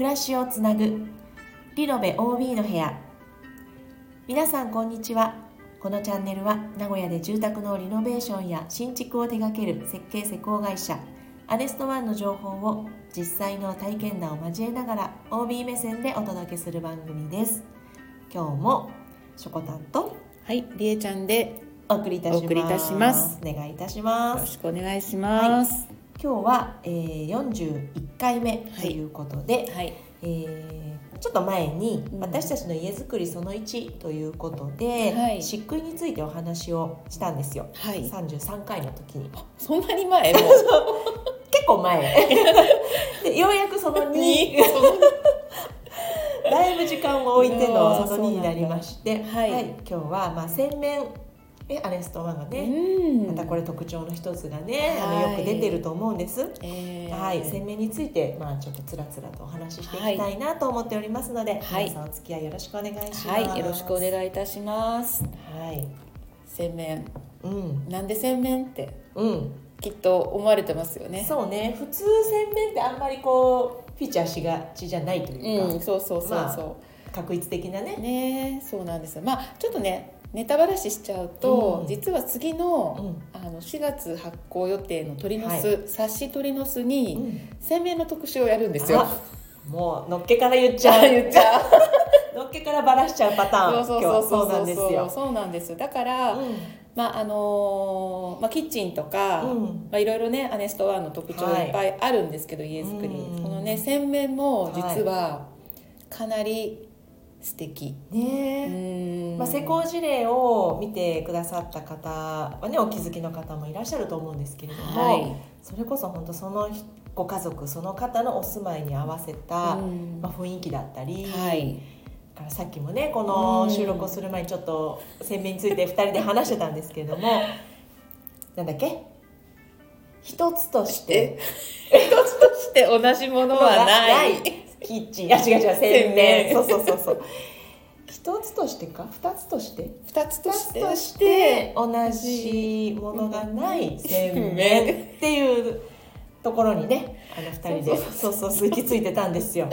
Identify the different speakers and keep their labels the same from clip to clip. Speaker 1: らしをつなぐリロベ OB の部屋皆さんこんにちはこのチャンネルは名古屋で住宅のリノベーションや新築を手掛ける設計施工会社アネストワンの情報を実際の体験談を交えながら OB 目線でお届けする番組です今日もしょこたんと
Speaker 2: はい、りえちゃんで
Speaker 1: お送りいたします
Speaker 2: お送りいたします
Speaker 1: お願いいたし
Speaker 2: よ
Speaker 1: ま
Speaker 2: ろ
Speaker 1: す
Speaker 2: しくお願いします。
Speaker 1: 今日は、えー、41回目ということで、
Speaker 2: はい、
Speaker 1: えーちょっと前に
Speaker 2: うん
Speaker 1: 私たちの家づくりその1ということで、
Speaker 2: はい
Speaker 1: 漆喰についてお話をしたんですよ
Speaker 2: はい、
Speaker 1: 33回の時に
Speaker 2: そんなに 前も
Speaker 1: 結構 前でようやくその2
Speaker 2: うに、は
Speaker 1: だいぶ時間を置いての
Speaker 2: あー
Speaker 1: その2になりまして、
Speaker 2: そうなんだはい
Speaker 1: 今日はまあ洗面えアレストワンがね、
Speaker 2: うん、
Speaker 1: またこ
Speaker 2: れ、
Speaker 1: れ特徴の一つがね、あの
Speaker 2: はい
Speaker 1: よく出てると思うんです。
Speaker 2: えー、
Speaker 1: はい、洗面について、まあ、ちょっとつらつらとお話ししていきたいなと思っておりますので、
Speaker 2: はい
Speaker 1: 皆さんお付き合いよろしくお願いします。
Speaker 2: はい、よろしくお
Speaker 1: はい。
Speaker 2: 願いいたします。洗面、
Speaker 1: うん、
Speaker 2: なんで洗面って
Speaker 1: うん、
Speaker 2: きっと思われてますよね。
Speaker 1: そうね、普通洗面ってあんまりこう、フィーチャーしがちじゃないというか、
Speaker 2: うん、そうそうそうそう。
Speaker 1: ま確一的なね。
Speaker 2: ねそうなんですよまあちょっとねネタバラシしちゃうと、
Speaker 1: うん
Speaker 2: 実は次
Speaker 1: う
Speaker 2: の,、
Speaker 1: ん、
Speaker 2: あの4月発行予定の鳥の巣、
Speaker 1: は
Speaker 2: 冊子鳥の巣
Speaker 1: う
Speaker 2: に
Speaker 1: ん、
Speaker 2: 鮮明の特集をやるんですよ。
Speaker 1: あもう、のっけから言っち
Speaker 2: じゃ
Speaker 1: ゃう。
Speaker 2: あ 言っちゃう。
Speaker 1: のっけからばらしちゃうパターン。
Speaker 2: そう
Speaker 1: 今
Speaker 2: そう
Speaker 1: 日
Speaker 2: そうそ
Speaker 1: は
Speaker 2: う
Speaker 1: そうなんですよ。
Speaker 2: そうなんですよだから、
Speaker 1: う
Speaker 2: まああのーまあキッチンとか、
Speaker 1: ん、うん、
Speaker 2: まあいろいろねアネストワンの特徴
Speaker 1: はい
Speaker 2: いっぱいあるんですけど、家づくり
Speaker 1: うん
Speaker 2: このね洗面も実はかなり素敵、
Speaker 1: ねえ。
Speaker 2: うん
Speaker 1: まあ、施工事例を見てくださった方はねお気づきの方もいらっしゃると思うんですけれども、
Speaker 2: はい
Speaker 1: それこそ本当そのご家族その方のお住まいに合わせた、
Speaker 2: うん
Speaker 1: まあ、雰囲気だったり、
Speaker 2: はい、
Speaker 1: だからさっきもねこ
Speaker 2: う
Speaker 1: の
Speaker 2: ん
Speaker 1: 収録をする前にちょっと洗面について2人で話してたんですけれ どもなんだっけ一つとして
Speaker 2: 一つとして同じものはない。
Speaker 1: キッチンあ違う違う洗面
Speaker 2: 面
Speaker 1: そうそうそうそう一つとしてか二つとして
Speaker 2: 二つ
Speaker 1: と
Speaker 2: と
Speaker 1: し
Speaker 2: してて
Speaker 1: 同じものがない洗面っていうところにねあの二人でそうそうそう行き着いてたんですよ。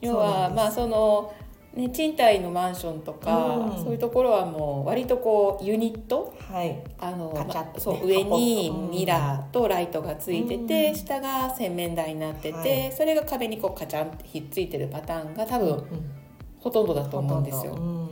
Speaker 2: 要はまあそのね賃貸のマンションとか、
Speaker 1: うん
Speaker 2: そういうところはもう割とこうユニット
Speaker 1: はい、
Speaker 2: あの
Speaker 1: カチャッとね
Speaker 2: まそう上に
Speaker 1: カポッとうん
Speaker 2: ミラーとライトがついてて、
Speaker 1: うん
Speaker 2: 下が洗面台になってて、
Speaker 1: はい
Speaker 2: それが壁にこうカチャンってひっついてるパターンが多
Speaker 1: う
Speaker 2: 分
Speaker 1: ん、
Speaker 2: ほとんどだと思うんですよ。
Speaker 1: うん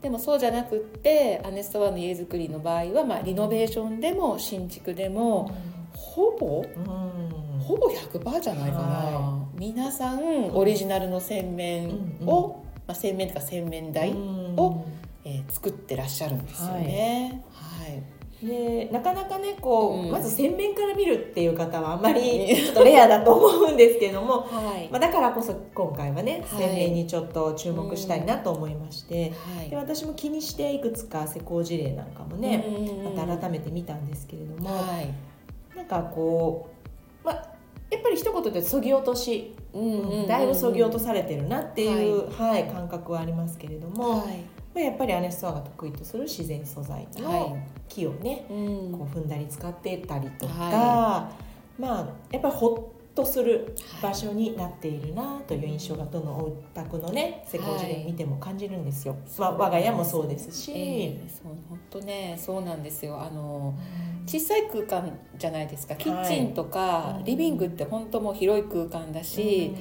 Speaker 2: でもそうじゃなくってアネストワンの家づくりの場合は、まあ、リノベーションでも新築でもほぼ
Speaker 1: うん
Speaker 2: ほぼ100%じゃないかな、
Speaker 1: は
Speaker 2: 皆さんオリジナルの洗面を、まあ、洗面とか洗面台、
Speaker 1: うん
Speaker 2: をえー作ってらっしゃるんですよね。はい
Speaker 1: でなかなかねこう、
Speaker 2: うん
Speaker 1: まず洗面から見るっていう方はあんまりちょっとレアだと思うんですけれども、
Speaker 2: はい
Speaker 1: まあ、だからこそ今回はね
Speaker 2: はい
Speaker 1: 洗面にちょっと注目したいなと思いまして、で
Speaker 2: は
Speaker 1: 私も気にしていくつか施工事例なんかも
Speaker 2: い、
Speaker 1: ね、
Speaker 2: うんうん
Speaker 1: また改めて見たんですけれども、
Speaker 2: はい
Speaker 1: なんかこう、まあ、やっぱり一言でそぎ落とし、
Speaker 2: うんうんうん
Speaker 1: だいぶそぎ落とされてるなっていう、はい感覚はありますけれども、ま
Speaker 2: はい
Speaker 1: あ、やっぱりアネストアが得意とする自然素材の
Speaker 2: は
Speaker 1: 木をね、
Speaker 2: いうん
Speaker 1: こう踏んだり使ってたりとか、
Speaker 2: は
Speaker 1: まあやっぱりほっとする場所になっているなという印象がどのお宅のね施工事例見ても感じるんですよ。まあ、我が家もそうですし、
Speaker 2: えーそう本当ねそうなんですよあの小さい空間じゃないですかキッチンと
Speaker 1: は
Speaker 2: か
Speaker 1: い
Speaker 2: リビングって本当もう広い空間だし、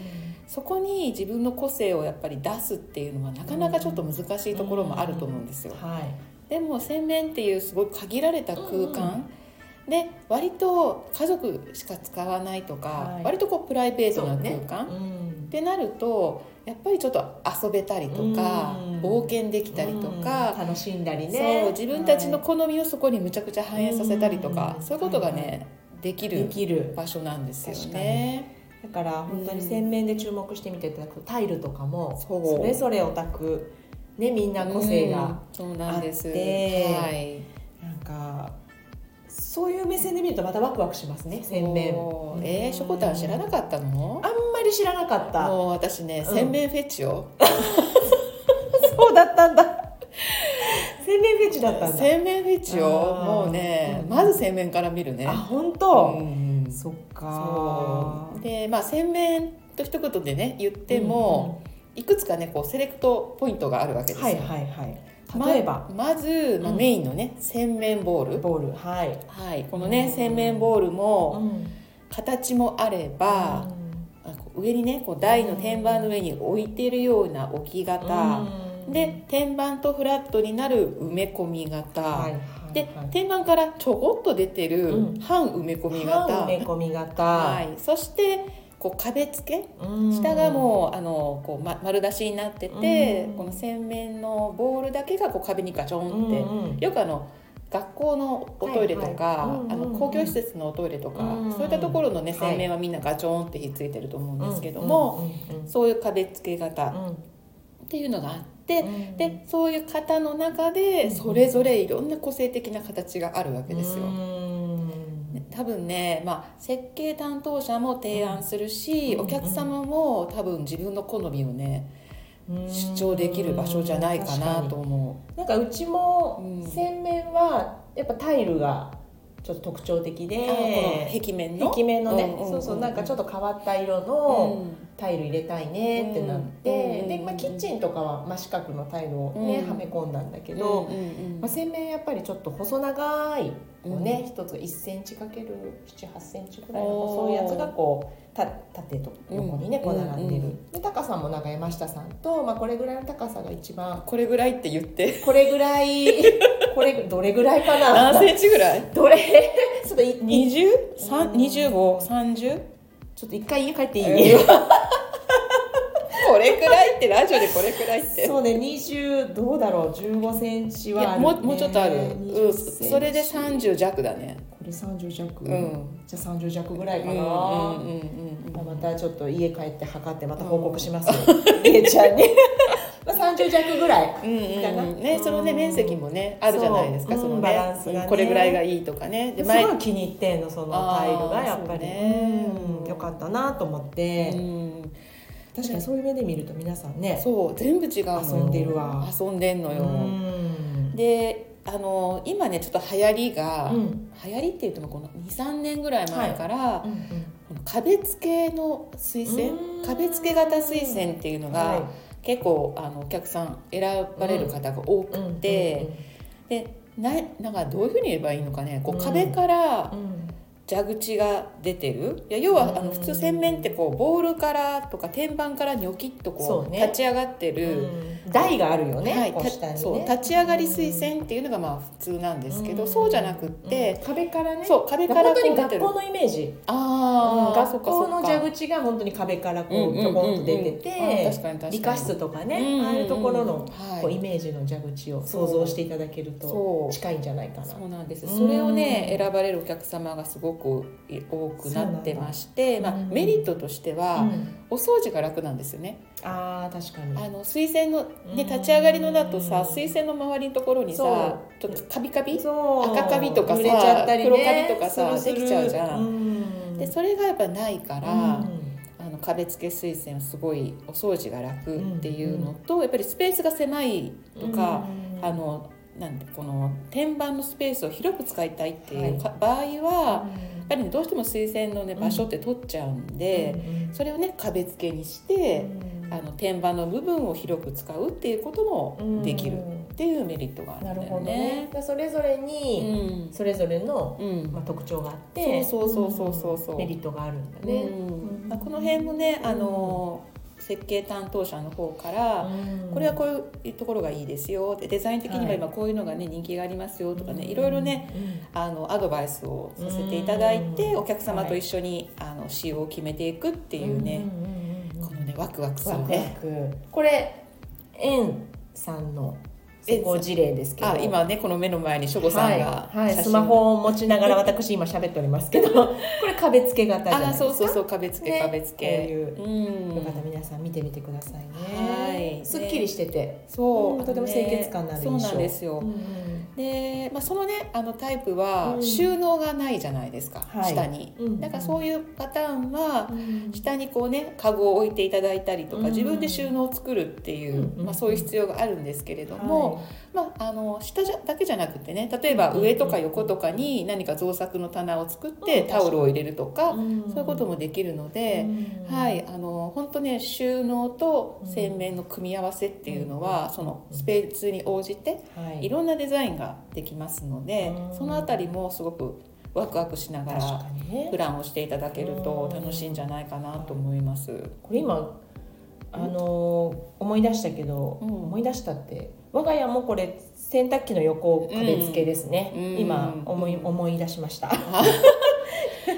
Speaker 2: そこに自分の個性をやっぱり出すっていうのはなかなかちょっと難しいところもあると思うんですよ。
Speaker 1: はい
Speaker 2: でも洗面っていうすごい限られた空間、で割と家族しか使わないとか、
Speaker 1: はい
Speaker 2: 割とこうプライベート
Speaker 1: そう
Speaker 2: な
Speaker 1: ね
Speaker 2: 空間、
Speaker 1: うん
Speaker 2: ってなるとやっぱりちょっと遊べたりとか、
Speaker 1: うん
Speaker 2: 冒険できたりと
Speaker 1: うん
Speaker 2: か、
Speaker 1: 楽しんだりね
Speaker 2: そう自分たちの
Speaker 1: は
Speaker 2: 好みをそこにむちゃくちゃ反映させたりとか、
Speaker 1: うん
Speaker 2: そういうことが
Speaker 1: はい
Speaker 2: ね、でき
Speaker 1: いで
Speaker 2: る
Speaker 1: きる
Speaker 2: 場所なんですよね。
Speaker 1: だから本当に洗面で注目してみていただくとタイルとかも
Speaker 2: そう
Speaker 1: それぞれお宅ねみんな個性が、
Speaker 2: うんそうなんです
Speaker 1: あって
Speaker 2: はい
Speaker 1: なんかそういう目線で見るとまたワクワクしますね洗面
Speaker 2: そう
Speaker 1: うん
Speaker 2: えー、しょこたん知らなかったの
Speaker 1: あんまり知らなかった
Speaker 2: もう私ね
Speaker 1: うん
Speaker 2: 洗面フェチよ、
Speaker 1: そうだったんだ洗面フェチだったんだ
Speaker 2: 洗面フェチよ
Speaker 1: あー
Speaker 2: もうね、
Speaker 1: うん
Speaker 2: まず洗面から見るね
Speaker 1: あ本
Speaker 2: う
Speaker 1: 当、
Speaker 2: ん
Speaker 1: そっか
Speaker 2: そうでまあ洗面と一言でね言っても、、いくつかねこうセレクトポイントがあるわけ
Speaker 1: う
Speaker 2: で
Speaker 1: ん
Speaker 2: すよ、
Speaker 1: はいはいはい例えば、
Speaker 2: ままず、まあ
Speaker 1: うん
Speaker 2: メインのね洗面ボール、
Speaker 1: ボールはい、
Speaker 2: はい、このね洗面ボールも
Speaker 1: ん、
Speaker 2: 形もあれば、あこう上にねこう台の天板の上に置いてるような置き型、
Speaker 1: うん
Speaker 2: で天板とフラットになる埋め込み型、
Speaker 1: はいはい
Speaker 2: で
Speaker 1: はい
Speaker 2: 天板からちょこっと出てる
Speaker 1: うん
Speaker 2: 半埋め込み
Speaker 1: 半
Speaker 2: 型、
Speaker 1: 埋め込み型、
Speaker 2: はい、そしてこう壁付け
Speaker 1: うん
Speaker 2: 下がもうあのこう、ま、丸出しになってて、
Speaker 1: うん
Speaker 2: この洗面のボールだけがこう壁にガチョンって、
Speaker 1: うんうん
Speaker 2: よくあの学校のおトイレとか、
Speaker 1: はいはいうんうん
Speaker 2: あの公共施設のおトイレとか、
Speaker 1: うん
Speaker 2: そういったところのね
Speaker 1: はい
Speaker 2: 洗面はみんなガチョンってひっついてると思うんですけども、
Speaker 1: うんうんうん
Speaker 2: そういう壁付け型っていうのがあって、
Speaker 1: うん
Speaker 2: でそういう型の中
Speaker 1: う
Speaker 2: で
Speaker 1: ん
Speaker 2: それぞれいろんな個性的な形があるわけですよ。
Speaker 1: うん
Speaker 2: ね多分ね、まあ、設計担当者も提案するし、
Speaker 1: うん
Speaker 2: お客様も多分自分の好みをね、
Speaker 1: うん
Speaker 2: 主張できる場所じゃないかなと思
Speaker 1: なんかうち
Speaker 2: う
Speaker 1: も
Speaker 2: ん
Speaker 1: 洗面はやっぱタイルがちょっと特徴的
Speaker 2: う、あこの
Speaker 1: で
Speaker 2: 壁面の
Speaker 1: 壁面の
Speaker 2: うん
Speaker 1: ね
Speaker 2: うんうんうん
Speaker 1: そうそうなんかちょっと変わった色
Speaker 2: う
Speaker 1: の
Speaker 2: ん
Speaker 1: タイル入れたいねってなっ
Speaker 2: う
Speaker 1: て
Speaker 2: ん
Speaker 1: でまあキッチンとかは真四角のタイルを
Speaker 2: う
Speaker 1: ね
Speaker 2: ん
Speaker 1: はめ込んだんだけ
Speaker 2: うん
Speaker 1: ど
Speaker 2: うんうん
Speaker 1: まあ洗面やっぱりちょっと細長いこう
Speaker 2: う
Speaker 1: ね一つ1センチかける7 8センチぐらいの細いやつがこうた縦と横にね
Speaker 2: うん
Speaker 1: こう並んで
Speaker 2: うんう
Speaker 1: るで高さもなんか山下さんとまあこれぐらいの高さが一番
Speaker 2: これぐらいって言って
Speaker 1: これぐらい これどれぐらいか
Speaker 2: 何
Speaker 1: な
Speaker 2: センチぐらい
Speaker 1: どれ ちょっといい
Speaker 2: ?20?25?30?
Speaker 1: ちょっと一回家帰っていい、
Speaker 2: これくらいってラジオでこれくらいって。
Speaker 1: そうね20どうだろう15センチ
Speaker 2: い
Speaker 1: はあ
Speaker 2: や
Speaker 1: る、ね、
Speaker 2: もうもうちょっとある、う
Speaker 1: 20
Speaker 2: ん、
Speaker 1: センチ
Speaker 2: それで30弱だね
Speaker 1: これ30弱、
Speaker 2: うん
Speaker 1: じゃあ30弱ぐらい
Speaker 2: うん
Speaker 1: か
Speaker 2: う
Speaker 1: な、
Speaker 2: んうんうん
Speaker 1: まあまたちょっと家帰って測ってまた報告しますよ、 姉ちゃんにまあ30弱ぐらい
Speaker 2: うん
Speaker 1: かな
Speaker 2: うんうんね、そのね
Speaker 1: うん
Speaker 2: 面積もねあるじゃないですか
Speaker 1: そう
Speaker 2: その
Speaker 1: うん
Speaker 2: ね
Speaker 1: バランスがね
Speaker 2: これぐらいがいいとかね
Speaker 1: す
Speaker 2: で
Speaker 1: ごい
Speaker 2: 前
Speaker 1: 気に入ってんのそのタイルがやっぱり
Speaker 2: あーそうね
Speaker 1: うんよかったなと思って、
Speaker 2: うん
Speaker 1: 確かにそういう目で見ると皆さんね
Speaker 2: そう全部違うのよ
Speaker 1: 遊んでるわ
Speaker 2: 遊んでんのよ、
Speaker 1: うん
Speaker 2: であの今ねちょっと流行りが、
Speaker 1: うん
Speaker 2: 流行りって言ってもこの23年ぐらい前から、
Speaker 1: うん
Speaker 2: この壁付けの推
Speaker 1: う
Speaker 2: 薦
Speaker 1: ん
Speaker 2: 壁付け型推薦っていうのが、
Speaker 1: は
Speaker 2: 結構あのお客さん選ばれる方が多く
Speaker 1: い
Speaker 2: て、でななんかどういうふうに言えばいいのかねこ
Speaker 1: う
Speaker 2: うん壁から
Speaker 1: うんうんうん
Speaker 2: 蛇口が出てるいや要はあ
Speaker 1: う
Speaker 2: の
Speaker 1: ん
Speaker 2: 普通洗面ってこうボールからとか天板からニョキッとこ
Speaker 1: そう
Speaker 2: う
Speaker 1: ね
Speaker 2: 立ち上がってる。
Speaker 1: うん台があるよね、
Speaker 2: はい、
Speaker 1: こう下に
Speaker 2: た
Speaker 1: ね
Speaker 2: そう立ち上がり推薦っていうのがまあ普通なんですけど、そうじゃなくっ
Speaker 1: う
Speaker 2: て、
Speaker 1: ん壁からね
Speaker 2: そう壁から
Speaker 1: 本
Speaker 2: こ
Speaker 1: 当に
Speaker 2: う出て
Speaker 1: 学
Speaker 2: る
Speaker 1: 校のイメージ学
Speaker 2: ああ、そっかそ
Speaker 1: 校
Speaker 2: っか
Speaker 1: の蛇口が本当に壁からこうドコンと出て
Speaker 2: うんうんうんうんあ
Speaker 1: て
Speaker 2: 確かに確かに
Speaker 1: 理科室とかね、
Speaker 2: うんうんうん
Speaker 1: ああいうところのこう
Speaker 2: はい
Speaker 1: イメージの蛇口を想像していただけると
Speaker 2: そう
Speaker 1: 近いんじゃないかな。
Speaker 2: そうなんです
Speaker 1: うん
Speaker 2: それをね選ばれるお客様がすごく多くなってまして、
Speaker 1: そうな
Speaker 2: ま
Speaker 1: ん
Speaker 2: あ
Speaker 1: だうん、
Speaker 2: メリットとしては、
Speaker 1: うん
Speaker 2: お掃除が楽なんですよね。
Speaker 1: あー確かに
Speaker 2: あの水洗の、ね、
Speaker 1: うん
Speaker 2: 立ち上がりのだとさ
Speaker 1: うん
Speaker 2: 水洗の周りのところにさち
Speaker 1: そ
Speaker 2: ょ
Speaker 1: う
Speaker 2: っとカビカビ
Speaker 1: そう
Speaker 2: 赤カビとかさ
Speaker 1: 濡れちゃったり、ね、
Speaker 2: 黒カビとかさ
Speaker 1: するする
Speaker 2: できちゃうじゃん
Speaker 1: うん
Speaker 2: でそれがやっぱないから、
Speaker 1: うん
Speaker 2: あの壁付け水洗はすごいお掃除が楽っていうのと、やっぱりスペースが狭いとか。
Speaker 1: うん
Speaker 2: あのなんてこの天板のスペースを広く使いたいっていう
Speaker 1: は
Speaker 2: か場合は、
Speaker 1: うん
Speaker 2: やっぱりね、どうしても水洗の、ね、場所って取っちゃうん
Speaker 1: う
Speaker 2: で、
Speaker 1: ん
Speaker 2: それをね壁付けにして、
Speaker 1: うん
Speaker 2: あの天板の部分を広く使うっていうこともできるっていうメリットがあ
Speaker 1: うんな
Speaker 2: るん
Speaker 1: る
Speaker 2: だよ
Speaker 1: ほどね
Speaker 2: ね。
Speaker 1: だからそれぞれに、それぞれの、
Speaker 2: うんうん
Speaker 1: まあ、特徴があって
Speaker 2: そうそうそうそうそうそうん
Speaker 1: メリットがあるんだ
Speaker 2: ね
Speaker 1: ね。うん
Speaker 2: まあこの辺もねあの、設計担当者の方から、これはこういうところがいいですよでデザイン的には今こういうのがね人気がありますよとかね、いろいろねあのアドバイスをさせていただいて
Speaker 1: うん
Speaker 2: お客様と一緒に、あの仕様を決めていくっ
Speaker 1: て
Speaker 2: ていうね、このねワクワクす
Speaker 1: ワ
Speaker 2: る
Speaker 1: クワ
Speaker 2: ね
Speaker 1: クこれ円さんの成功事例ですけど
Speaker 2: あ今ねこの目の前にしょこさんが
Speaker 1: はいはい
Speaker 2: 写真
Speaker 1: スマホを持ちながら私今喋っておりますけどこれ壁付け型じゃない
Speaker 2: あ
Speaker 1: ですか
Speaker 2: そうそうそう壁付け
Speaker 1: ね
Speaker 2: 壁付け、
Speaker 1: こういう
Speaker 2: うん
Speaker 1: よかったら皆さん見てみてくださいね。
Speaker 2: はい
Speaker 1: にすっきりしてて、
Speaker 2: そう、
Speaker 1: うんとても清潔感のある印
Speaker 2: そ
Speaker 1: 象
Speaker 2: うなんですよ、で、まあ、そのねあのタイプは
Speaker 1: うん
Speaker 2: 収納がないじゃないですか、
Speaker 1: はい
Speaker 2: 下に、
Speaker 1: うん
Speaker 2: だからそういうパターンは
Speaker 1: うん
Speaker 2: 下にこうねカゴを置いていただいたりと
Speaker 1: う
Speaker 2: か、
Speaker 1: ん
Speaker 2: 自分で収納を作るっていう、
Speaker 1: うん
Speaker 2: まあ、そういう必要があるんですけれども、
Speaker 1: はい
Speaker 2: まあ、あの下じゃだけじゃなくてね例えば上とか横とかに何か造作の棚を作っ
Speaker 1: う
Speaker 2: て
Speaker 1: ん
Speaker 2: タオルを入れるとか、
Speaker 1: ん
Speaker 2: そういうこともできるので。
Speaker 1: うん
Speaker 2: はい、あの本当ね収納と洗面の組み合わせっていうのは、そのスペースに応じて
Speaker 1: はい
Speaker 2: いろんなデザインができますので、
Speaker 1: うん
Speaker 2: そのあたりもすごくワクワクしなが
Speaker 1: 確からにね
Speaker 2: プランをしていただけると楽しいんじゃないかなと思います。
Speaker 1: これ今あのー思い出したけど、
Speaker 2: うん
Speaker 1: 思い出したって我が家もこれ洗濯機の横壁付けですね、
Speaker 2: うん
Speaker 1: 今
Speaker 2: うん
Speaker 1: 思い思い出しました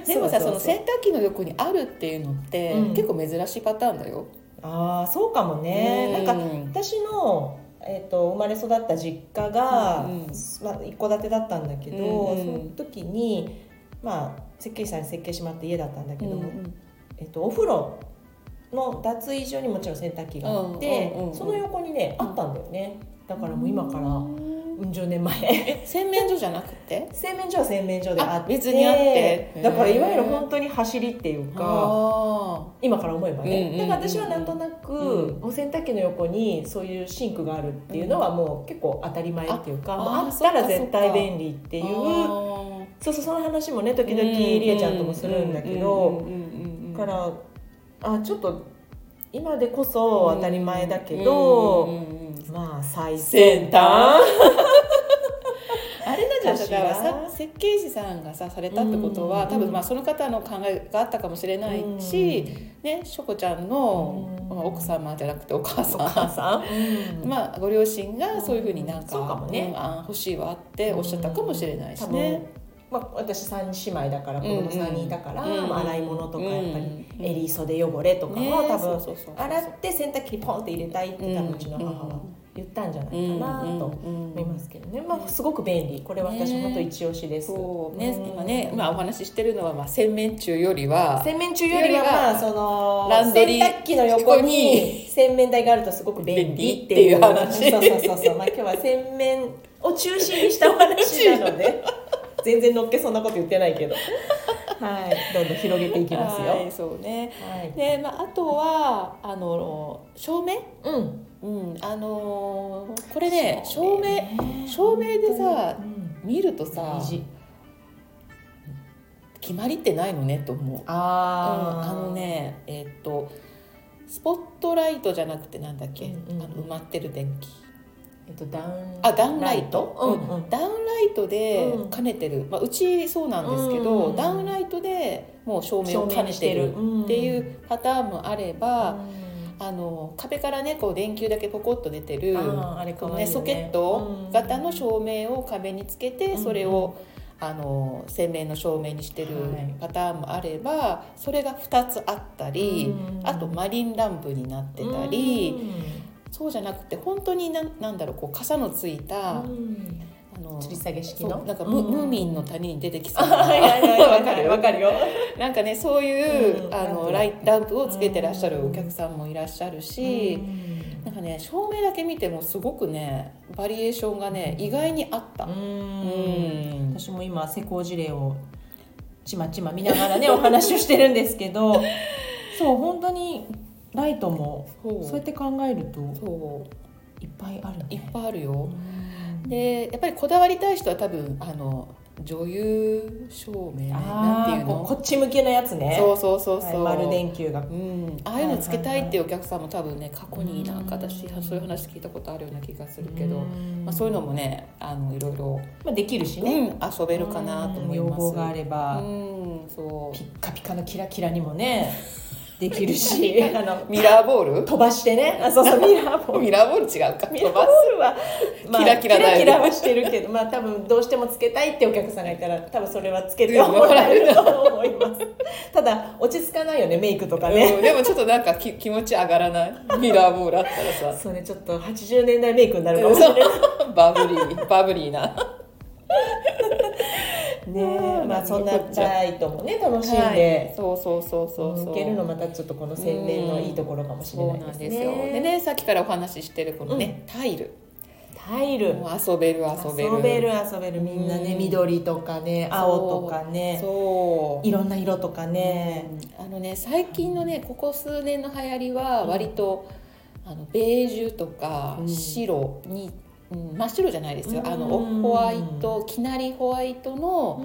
Speaker 2: でも
Speaker 1: そ そう
Speaker 2: さそう
Speaker 1: そう
Speaker 2: の洗濯機の横にあるっていうのって、
Speaker 1: うん
Speaker 2: 結構珍しいパターンだよ。
Speaker 1: ああそうかもね、
Speaker 2: うん
Speaker 1: なんか私の、えー、と生まれ育った実家が、
Speaker 2: うんうん
Speaker 1: まあ、一戸建てだったんだけど、
Speaker 2: うんうん
Speaker 1: その時にまあ設計士さんに設計してもらって家だったんだけど、えっとお風呂の脱衣所にもちろん洗濯機があって、
Speaker 2: うんうんうんうん
Speaker 1: その横にねあったんだよねだからもう今から
Speaker 2: う
Speaker 1: うん10年前
Speaker 2: 洗面所じゃなくて
Speaker 1: 洗面所は洗面所であって
Speaker 2: あ別にあって
Speaker 1: だからいわゆる本当に走りっていうか
Speaker 2: あ
Speaker 1: 今から思えばね、
Speaker 2: うんうん
Speaker 1: だから私はなんとなく、
Speaker 2: う
Speaker 1: お洗濯機の横にそういうシンクがあるっていうのはもう結構当たり前っていうか、
Speaker 2: あ
Speaker 1: まあ、
Speaker 2: あ
Speaker 1: あった
Speaker 2: そっ
Speaker 1: ら
Speaker 2: かそっ
Speaker 1: 絶
Speaker 2: か
Speaker 1: 対便利って
Speaker 2: ー
Speaker 1: いう
Speaker 2: あ
Speaker 1: そうそうその話もね時
Speaker 2: ー
Speaker 1: 々りえちゃんともするんだけど。
Speaker 2: うんうんうんうん
Speaker 1: だからあちょっと今でこそ当たり前だけ
Speaker 2: うんう
Speaker 1: ど、
Speaker 2: んうんうん
Speaker 1: まあ最
Speaker 2: 先
Speaker 1: 先
Speaker 2: 端
Speaker 1: 端
Speaker 2: あれなんじゃないだか
Speaker 1: から
Speaker 2: さ設計士さんがさされたってことは、
Speaker 1: うん
Speaker 2: 多分まあその方の考えがあったかもしれないし、ねしょこちゃんの、
Speaker 1: うん
Speaker 2: まあ、奥様じゃなくてお母さん
Speaker 1: お母 さん、
Speaker 2: まあ、ご両親がそういうふうになんか,、
Speaker 1: そうかもね
Speaker 2: あ欲しいわっておっしゃったかもしれないし
Speaker 1: 多分
Speaker 2: ね。
Speaker 1: まあ、私3姉妹だから子供3人いたから、
Speaker 2: うんうん
Speaker 1: まあ、洗い物とかやっぱり
Speaker 2: うん
Speaker 1: 襟袖汚れとかも、
Speaker 2: ね
Speaker 1: 多
Speaker 2: そう
Speaker 1: 分
Speaker 2: そうそうそう
Speaker 1: 洗って洗濯機にポンって入れたいって多分うちの母は言ったんじゃないかなと思いますけどね、まあ、すごく便利これは私
Speaker 2: ね
Speaker 1: 本当一押しです。
Speaker 2: そうね、
Speaker 1: うん
Speaker 2: 今ね、まあ、お話ししてるのは、まあ、洗面中よりは。
Speaker 1: 洗面中よりはまあその
Speaker 2: ランドリー
Speaker 1: 洗濯機の横 に洗面台があるとすごく便利っていう
Speaker 2: 便利っていう話
Speaker 1: そうそうそうそうまあ今日は洗面を中心にしたお話なの で全然のっけそんなこと言ってないけどはいどんどん広げていきますよ
Speaker 2: はい、そうね。
Speaker 1: はい、
Speaker 2: で、まあ、あとは、あの、照明。
Speaker 1: うん
Speaker 2: うん、あのーこれね、照
Speaker 1: 照明
Speaker 2: 明。照明でさ
Speaker 1: うん
Speaker 2: 見るとさ、
Speaker 1: 虹
Speaker 2: 決まりってないのねと思う。うん
Speaker 1: あー
Speaker 2: あのねえーっとスポットライトじゃなくてなんだっけ、
Speaker 1: うんうん
Speaker 2: あの埋まってる電気
Speaker 1: えっとダウン
Speaker 2: あダウンライト
Speaker 1: うんうん
Speaker 2: ダウンライトで
Speaker 1: うん
Speaker 2: 兼ねてる、まあ、うちそうなんですけど、
Speaker 1: うん
Speaker 2: ダウンライトでもう照明を兼ねて
Speaker 1: っ
Speaker 2: るっていううパターンもあれ
Speaker 1: ん
Speaker 2: ば、あの壁からねこう電球だけポコッと出てる
Speaker 1: あーあれ可
Speaker 2: こ
Speaker 1: 愛いよ
Speaker 2: のね
Speaker 1: ね
Speaker 2: ソケット型の照明を壁につけて、
Speaker 1: うん
Speaker 2: それをあの洗面の照明にしてる
Speaker 1: はい
Speaker 2: パターンもあればそれが2つあったり、
Speaker 1: うん
Speaker 2: あとマリンランプになってたり、
Speaker 1: う
Speaker 2: そうじゃなくて本当にななんだろうこう傘のついた、
Speaker 1: んうん
Speaker 2: あの
Speaker 1: 吊り下げ式
Speaker 2: そう
Speaker 1: の
Speaker 2: なんかム,、ムーミンの谷に出てきそうな
Speaker 1: はいはいはいはい
Speaker 2: わかる
Speaker 1: わかるよ
Speaker 2: なんかねそういう、
Speaker 1: うん
Speaker 2: あ
Speaker 1: ランプ
Speaker 2: の
Speaker 1: が
Speaker 2: ライランプをつけてらっしゃるお客さんもいらっしゃるし。
Speaker 1: うん
Speaker 2: なんかね照明だけ見てもすごくねバリエーションがね意外にあった。うん
Speaker 1: 私も今施工事例をちまちま見ながら ねお話をしてるんですけどそう本当にライトも
Speaker 2: そう
Speaker 1: そうやって考えると
Speaker 2: そ
Speaker 1: いっぱいあるね
Speaker 2: ういっぱいあるよ。
Speaker 1: うん
Speaker 2: でやっぱりこだわりたい人は多分あの女優照明なんて
Speaker 1: あ
Speaker 2: いう
Speaker 1: ーここ
Speaker 2: の
Speaker 1: っち向けのやつね
Speaker 2: そうそうそうそう、
Speaker 1: はい丸電球が
Speaker 2: うん、ああいうのつけたいっていうお客さんも多分ね過去になんか私そういう話聞いたことあるような気がするけど、まあ、そういうのもねあのいろいろ、
Speaker 1: まあできるし
Speaker 2: うん、
Speaker 1: ね
Speaker 2: 遊べるかなと思います。
Speaker 1: 要望があれば
Speaker 2: うん、そう
Speaker 1: ピッカピカのキラキラにもねできるしあの
Speaker 2: ミラーボール
Speaker 1: 飛ばしてねあそうそうミラーボール
Speaker 2: ミラーボール違うか
Speaker 1: ミ
Speaker 2: 飛
Speaker 1: ラーボ
Speaker 2: ば
Speaker 1: ールは、まあ、
Speaker 2: キラキラだよね
Speaker 1: キラキラはしてるけどまあ多分どうしてもつけたいってお客さんがいたら多分それはつけてもらえると思いますただ落ち着かないよねメイクとかね、
Speaker 2: うんでもちょっとなんかき気持ち上がらないミラーボールあったらさ
Speaker 1: そうねちょっと80年 代メイクになるかもしれない
Speaker 2: バブリーバブリーなう
Speaker 1: ね
Speaker 2: ん
Speaker 1: まあそんな
Speaker 2: こっちゃ
Speaker 1: バイトもね楽しんで、
Speaker 2: はい、そうそうそうそうそう
Speaker 1: 受けるのまたちょっとこの宣伝のいいところかもしれ
Speaker 2: そう
Speaker 1: な
Speaker 2: ないん
Speaker 1: で
Speaker 2: ですす
Speaker 1: ね。
Speaker 2: よでねさっきからお話ししてるこのね、タイル
Speaker 1: タイル
Speaker 2: もう遊べる遊
Speaker 1: 遊
Speaker 2: べ
Speaker 1: べ
Speaker 2: る
Speaker 1: る遊べるみんなね
Speaker 2: うん
Speaker 1: 緑とかね青とかね
Speaker 2: そう
Speaker 1: いろんな色とかね。
Speaker 2: あのね最近のねここ数年の流行りは割と、あのベージュとか
Speaker 1: うん
Speaker 2: 白に、うん真っ白じゃないですよ、あの
Speaker 1: うん
Speaker 2: ホワイトきなりホワイトの,、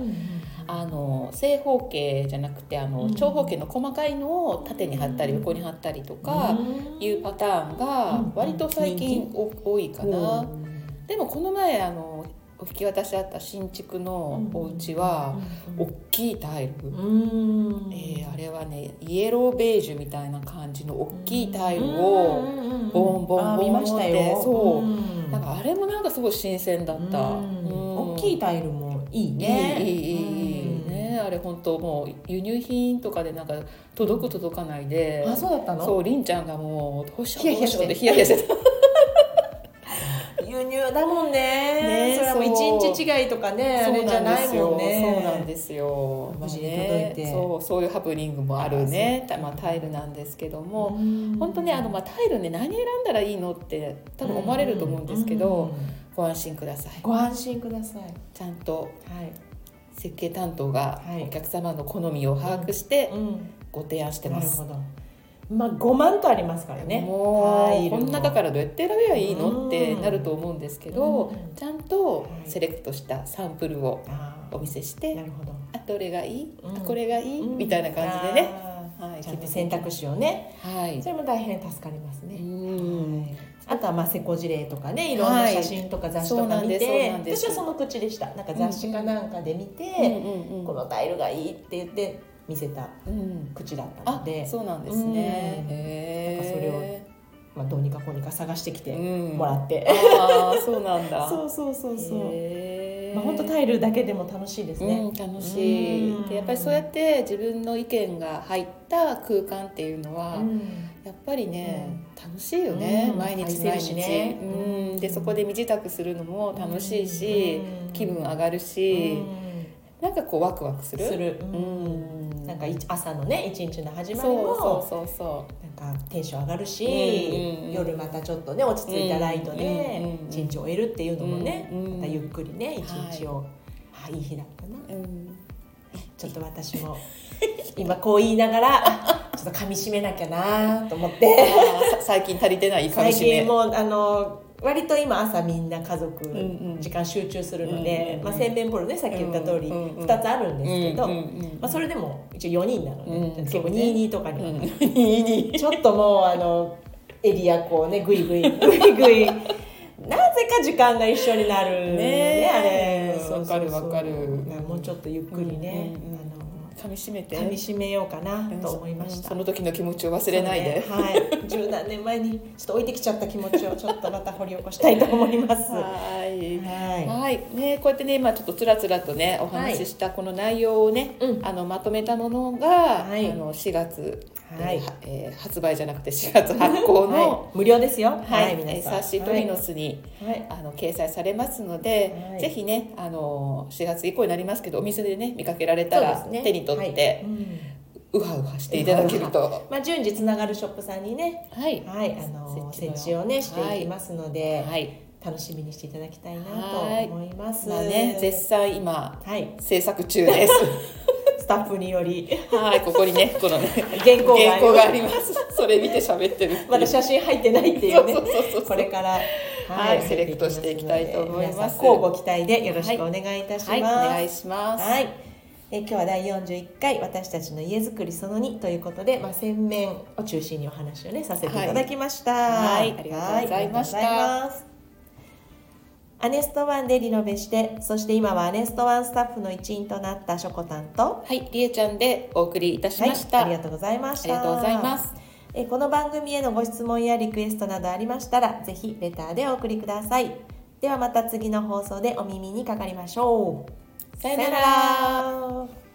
Speaker 2: あの正方形じゃなくてあの、
Speaker 1: うん
Speaker 2: 長方形の細かいのを縦に貼ったり横に貼ったりとか
Speaker 1: うん
Speaker 2: いうパターン
Speaker 1: うん
Speaker 2: が割と最近お多いかな。
Speaker 1: うん
Speaker 2: でもこの前あのお引き渡しあった新築のお家は、大きいタイル。
Speaker 1: うん
Speaker 2: えーあれはねイエローベージュみたいな感じの大きいタイ
Speaker 1: う
Speaker 2: ル
Speaker 1: ん
Speaker 2: を、
Speaker 1: うんうん
Speaker 2: ボンボンボン
Speaker 1: あー見ましたよ
Speaker 2: ってそう
Speaker 1: うん
Speaker 2: なんかあれもなんかすごい新鮮だった、
Speaker 1: うん大きい
Speaker 2: タ
Speaker 1: タイルもいい
Speaker 2: イ
Speaker 1: ね
Speaker 2: いいいいいい、
Speaker 1: うん
Speaker 2: ねあれ本当もう輸入品とかでなんか届く届かないで、
Speaker 1: あそうだったの
Speaker 2: そうりんちゃんがもうどうしよ
Speaker 1: ヒヤ
Speaker 2: う
Speaker 1: ヒ
Speaker 2: どう
Speaker 1: ヤ
Speaker 2: し
Speaker 1: し
Speaker 2: よ
Speaker 1: て
Speaker 2: うってヒヤヒヤしてた
Speaker 1: 輸入だもんね
Speaker 2: ね
Speaker 1: それはもう
Speaker 2: そう
Speaker 1: 一日違いとかねあ
Speaker 2: そ
Speaker 1: れ
Speaker 2: う
Speaker 1: じゃ
Speaker 2: なん
Speaker 1: な
Speaker 2: で
Speaker 1: い
Speaker 2: すよ
Speaker 1: もんね
Speaker 2: そうなんですよ
Speaker 1: 無事に届いて
Speaker 2: まあねそうそういうハプニングもあるね
Speaker 1: あそう
Speaker 2: まあ、タイルなんですけども、
Speaker 1: うん
Speaker 2: 本当ねあの、まあ、タイルね何選んだらいいのって多分思われると思うんですけど、
Speaker 1: うん
Speaker 2: ご安心ください
Speaker 1: ご安心ください
Speaker 2: ちゃんと
Speaker 1: はい
Speaker 2: 設計担当が
Speaker 1: はい
Speaker 2: お客様の好みを把握してご提案して
Speaker 1: な
Speaker 2: ま
Speaker 1: る
Speaker 2: す、
Speaker 1: ほどまあ5万とありますからねタ
Speaker 2: も
Speaker 1: イ
Speaker 2: う
Speaker 1: ル
Speaker 2: こ
Speaker 1: も
Speaker 2: の中からどうやって選べばいいの、
Speaker 1: うん
Speaker 2: ってなると思うんですけど、
Speaker 1: うん
Speaker 2: ちゃん
Speaker 1: は
Speaker 2: と
Speaker 1: い
Speaker 2: セレクトしたサンプルを
Speaker 1: あ
Speaker 2: お
Speaker 1: ー
Speaker 2: 見せして、
Speaker 1: なるほど
Speaker 2: あどれがいい、
Speaker 1: うん
Speaker 2: あこれがいい、
Speaker 1: うん
Speaker 2: みたいな感じでね、
Speaker 1: あ
Speaker 2: は
Speaker 1: ー
Speaker 2: い、
Speaker 1: ちゃんと選択肢をね
Speaker 2: はい
Speaker 1: それも大変助かります
Speaker 2: う
Speaker 1: ね
Speaker 2: ん
Speaker 1: はいあとはまあセコ事例とかねいろんな写真とか雑誌と
Speaker 2: そう
Speaker 1: か
Speaker 2: なん
Speaker 1: 見
Speaker 2: です
Speaker 1: て、
Speaker 2: そうなんです
Speaker 1: 私はその口でしたなんか雑誌かなんかで見
Speaker 2: うん
Speaker 1: て、
Speaker 2: うんうん
Speaker 1: このタイルがいいって言って見せた
Speaker 2: うん
Speaker 1: 口だった
Speaker 2: あ
Speaker 1: ので
Speaker 2: そうなんですね
Speaker 1: うん
Speaker 2: へ
Speaker 1: なんかそれをまあ、どうにかこうにか探してきて
Speaker 2: うん
Speaker 1: もらって、
Speaker 2: ああそうな んだ
Speaker 1: そうそうそうそう、
Speaker 2: へー
Speaker 1: まあ、本当タイルだけでも楽しいです
Speaker 2: う
Speaker 1: ね
Speaker 2: ん、楽
Speaker 1: う
Speaker 2: し
Speaker 1: ん
Speaker 2: いでやっぱりそうやって自分の意見が入った空間っていうのは、
Speaker 1: うん
Speaker 2: やっぱりね、楽しいよね、
Speaker 1: うん
Speaker 2: 毎
Speaker 1: 愛
Speaker 2: 日
Speaker 1: せ
Speaker 2: 毎
Speaker 1: るし
Speaker 2: 日、
Speaker 1: ね
Speaker 2: うん、でそこで身支度するのも楽しいし、
Speaker 1: うん
Speaker 2: 気分上がる
Speaker 1: う
Speaker 2: し、
Speaker 1: ん
Speaker 2: なんかこうワクワクする
Speaker 1: する、う
Speaker 2: うんん、
Speaker 1: なんか一朝のね一日の始まりも
Speaker 2: そうそうそうそう
Speaker 1: なんかテンション上がるし、
Speaker 2: うんうん
Speaker 1: 夜またちょっとね落ち着いたライト
Speaker 2: う
Speaker 1: で
Speaker 2: んうん
Speaker 1: 一日終えるっていうのもね、
Speaker 2: うんうん
Speaker 1: またゆっくりね一日を、あいい日だったな
Speaker 2: うん
Speaker 1: ちょっと私も今こう言いながら あちょっと噛み締めなきゃなと思って
Speaker 2: あーさ最近足りてないかも
Speaker 1: 最
Speaker 2: しれ
Speaker 1: 近もうあの割と今朝みんな家族
Speaker 2: んうん
Speaker 1: 時間集中するので、
Speaker 2: うんうんうん
Speaker 1: まあ、洗面ボールねさっき言った通り
Speaker 2: うんうんうん
Speaker 1: 2つあるんですけど、
Speaker 2: うんうんうん
Speaker 1: まあ、それでも一応4人なので、
Speaker 2: うん
Speaker 1: 結構
Speaker 2: そうね
Speaker 1: 22とかには
Speaker 2: うん
Speaker 1: ちょっともうあのエリアこうねぐいぐいぐいぐいなぜか時間が一緒になるね
Speaker 2: ねえ
Speaker 1: あれそうそうそう
Speaker 2: わかるわかる
Speaker 1: もうちょっとゆっくりね、
Speaker 2: うんうんうん噛み締め
Speaker 1: あ
Speaker 2: て
Speaker 1: の噛み締めようかなと思いました、
Speaker 2: その時の気持ちを忘れないで、
Speaker 1: そうねはい十何年前にちょっと置いてきちゃった気持ちをちょっとまた掘り起こしたいと思いますは
Speaker 2: はい
Speaker 1: い
Speaker 2: はいね、こうやってね今ちょっとつらつらとねお話ししたこの内容をね、
Speaker 1: うん
Speaker 2: あのまとめたものが、
Speaker 1: い
Speaker 2: あの4月、
Speaker 1: はい
Speaker 2: えーはえー発売じゃなくて4月発
Speaker 1: は
Speaker 2: 行の、
Speaker 1: い無料ですよ
Speaker 2: はい
Speaker 1: はい、
Speaker 2: え
Speaker 1: 皆
Speaker 2: ー
Speaker 1: さん
Speaker 2: 冊子トリノスに、
Speaker 1: はい
Speaker 2: あの掲載されますので、
Speaker 1: はい
Speaker 2: ぜひねあの4月以降になりますけどお店でね見かけられたら、
Speaker 1: そうですね
Speaker 2: 手に取って、
Speaker 1: はいうん
Speaker 2: うはうはしていただけると。
Speaker 1: まあ順次つながるショップさんにね
Speaker 2: はい
Speaker 1: はい、あの
Speaker 2: 設置の
Speaker 1: 設置をねしていきますので、
Speaker 2: はい。
Speaker 1: 楽しみにしていただきたいなと
Speaker 2: はい
Speaker 1: 思います。
Speaker 2: まあね、絶賛今
Speaker 1: はい、
Speaker 2: 制作中です。
Speaker 1: スタッフにより
Speaker 2: はい、ここに ね、このね、
Speaker 1: 原稿が
Speaker 2: 原稿があります。それ見て喋ってるっていう。
Speaker 1: まだ写真入ってないってい
Speaker 2: そうう
Speaker 1: ね、
Speaker 2: そうそうそう。
Speaker 1: これから
Speaker 2: はいセレクトしていきたいと思います
Speaker 1: 皆さん乞うご期待でよろしくお願いいたします。
Speaker 2: はい、お願いします。
Speaker 1: はい、え今日は第41回「私たちの家づくりその2」ということで、まあ、洗面を中心にお話をねさせていただきました、
Speaker 2: はいはいありがとうございました
Speaker 1: はありがとうございますアネストワンでリノベしてそして今はアネストワンスタッフの一員となったしょこたんと
Speaker 2: はい、りえちゃんでお送りいたしました。
Speaker 1: はい、ありがとうございました
Speaker 2: ありがとうございます
Speaker 1: えこの番組へのご質問やリクエストなどありましたらぜひレターでお送りくださいではまた次の放送でお耳にかかりましょう
Speaker 2: さよなら
Speaker 1: さよなら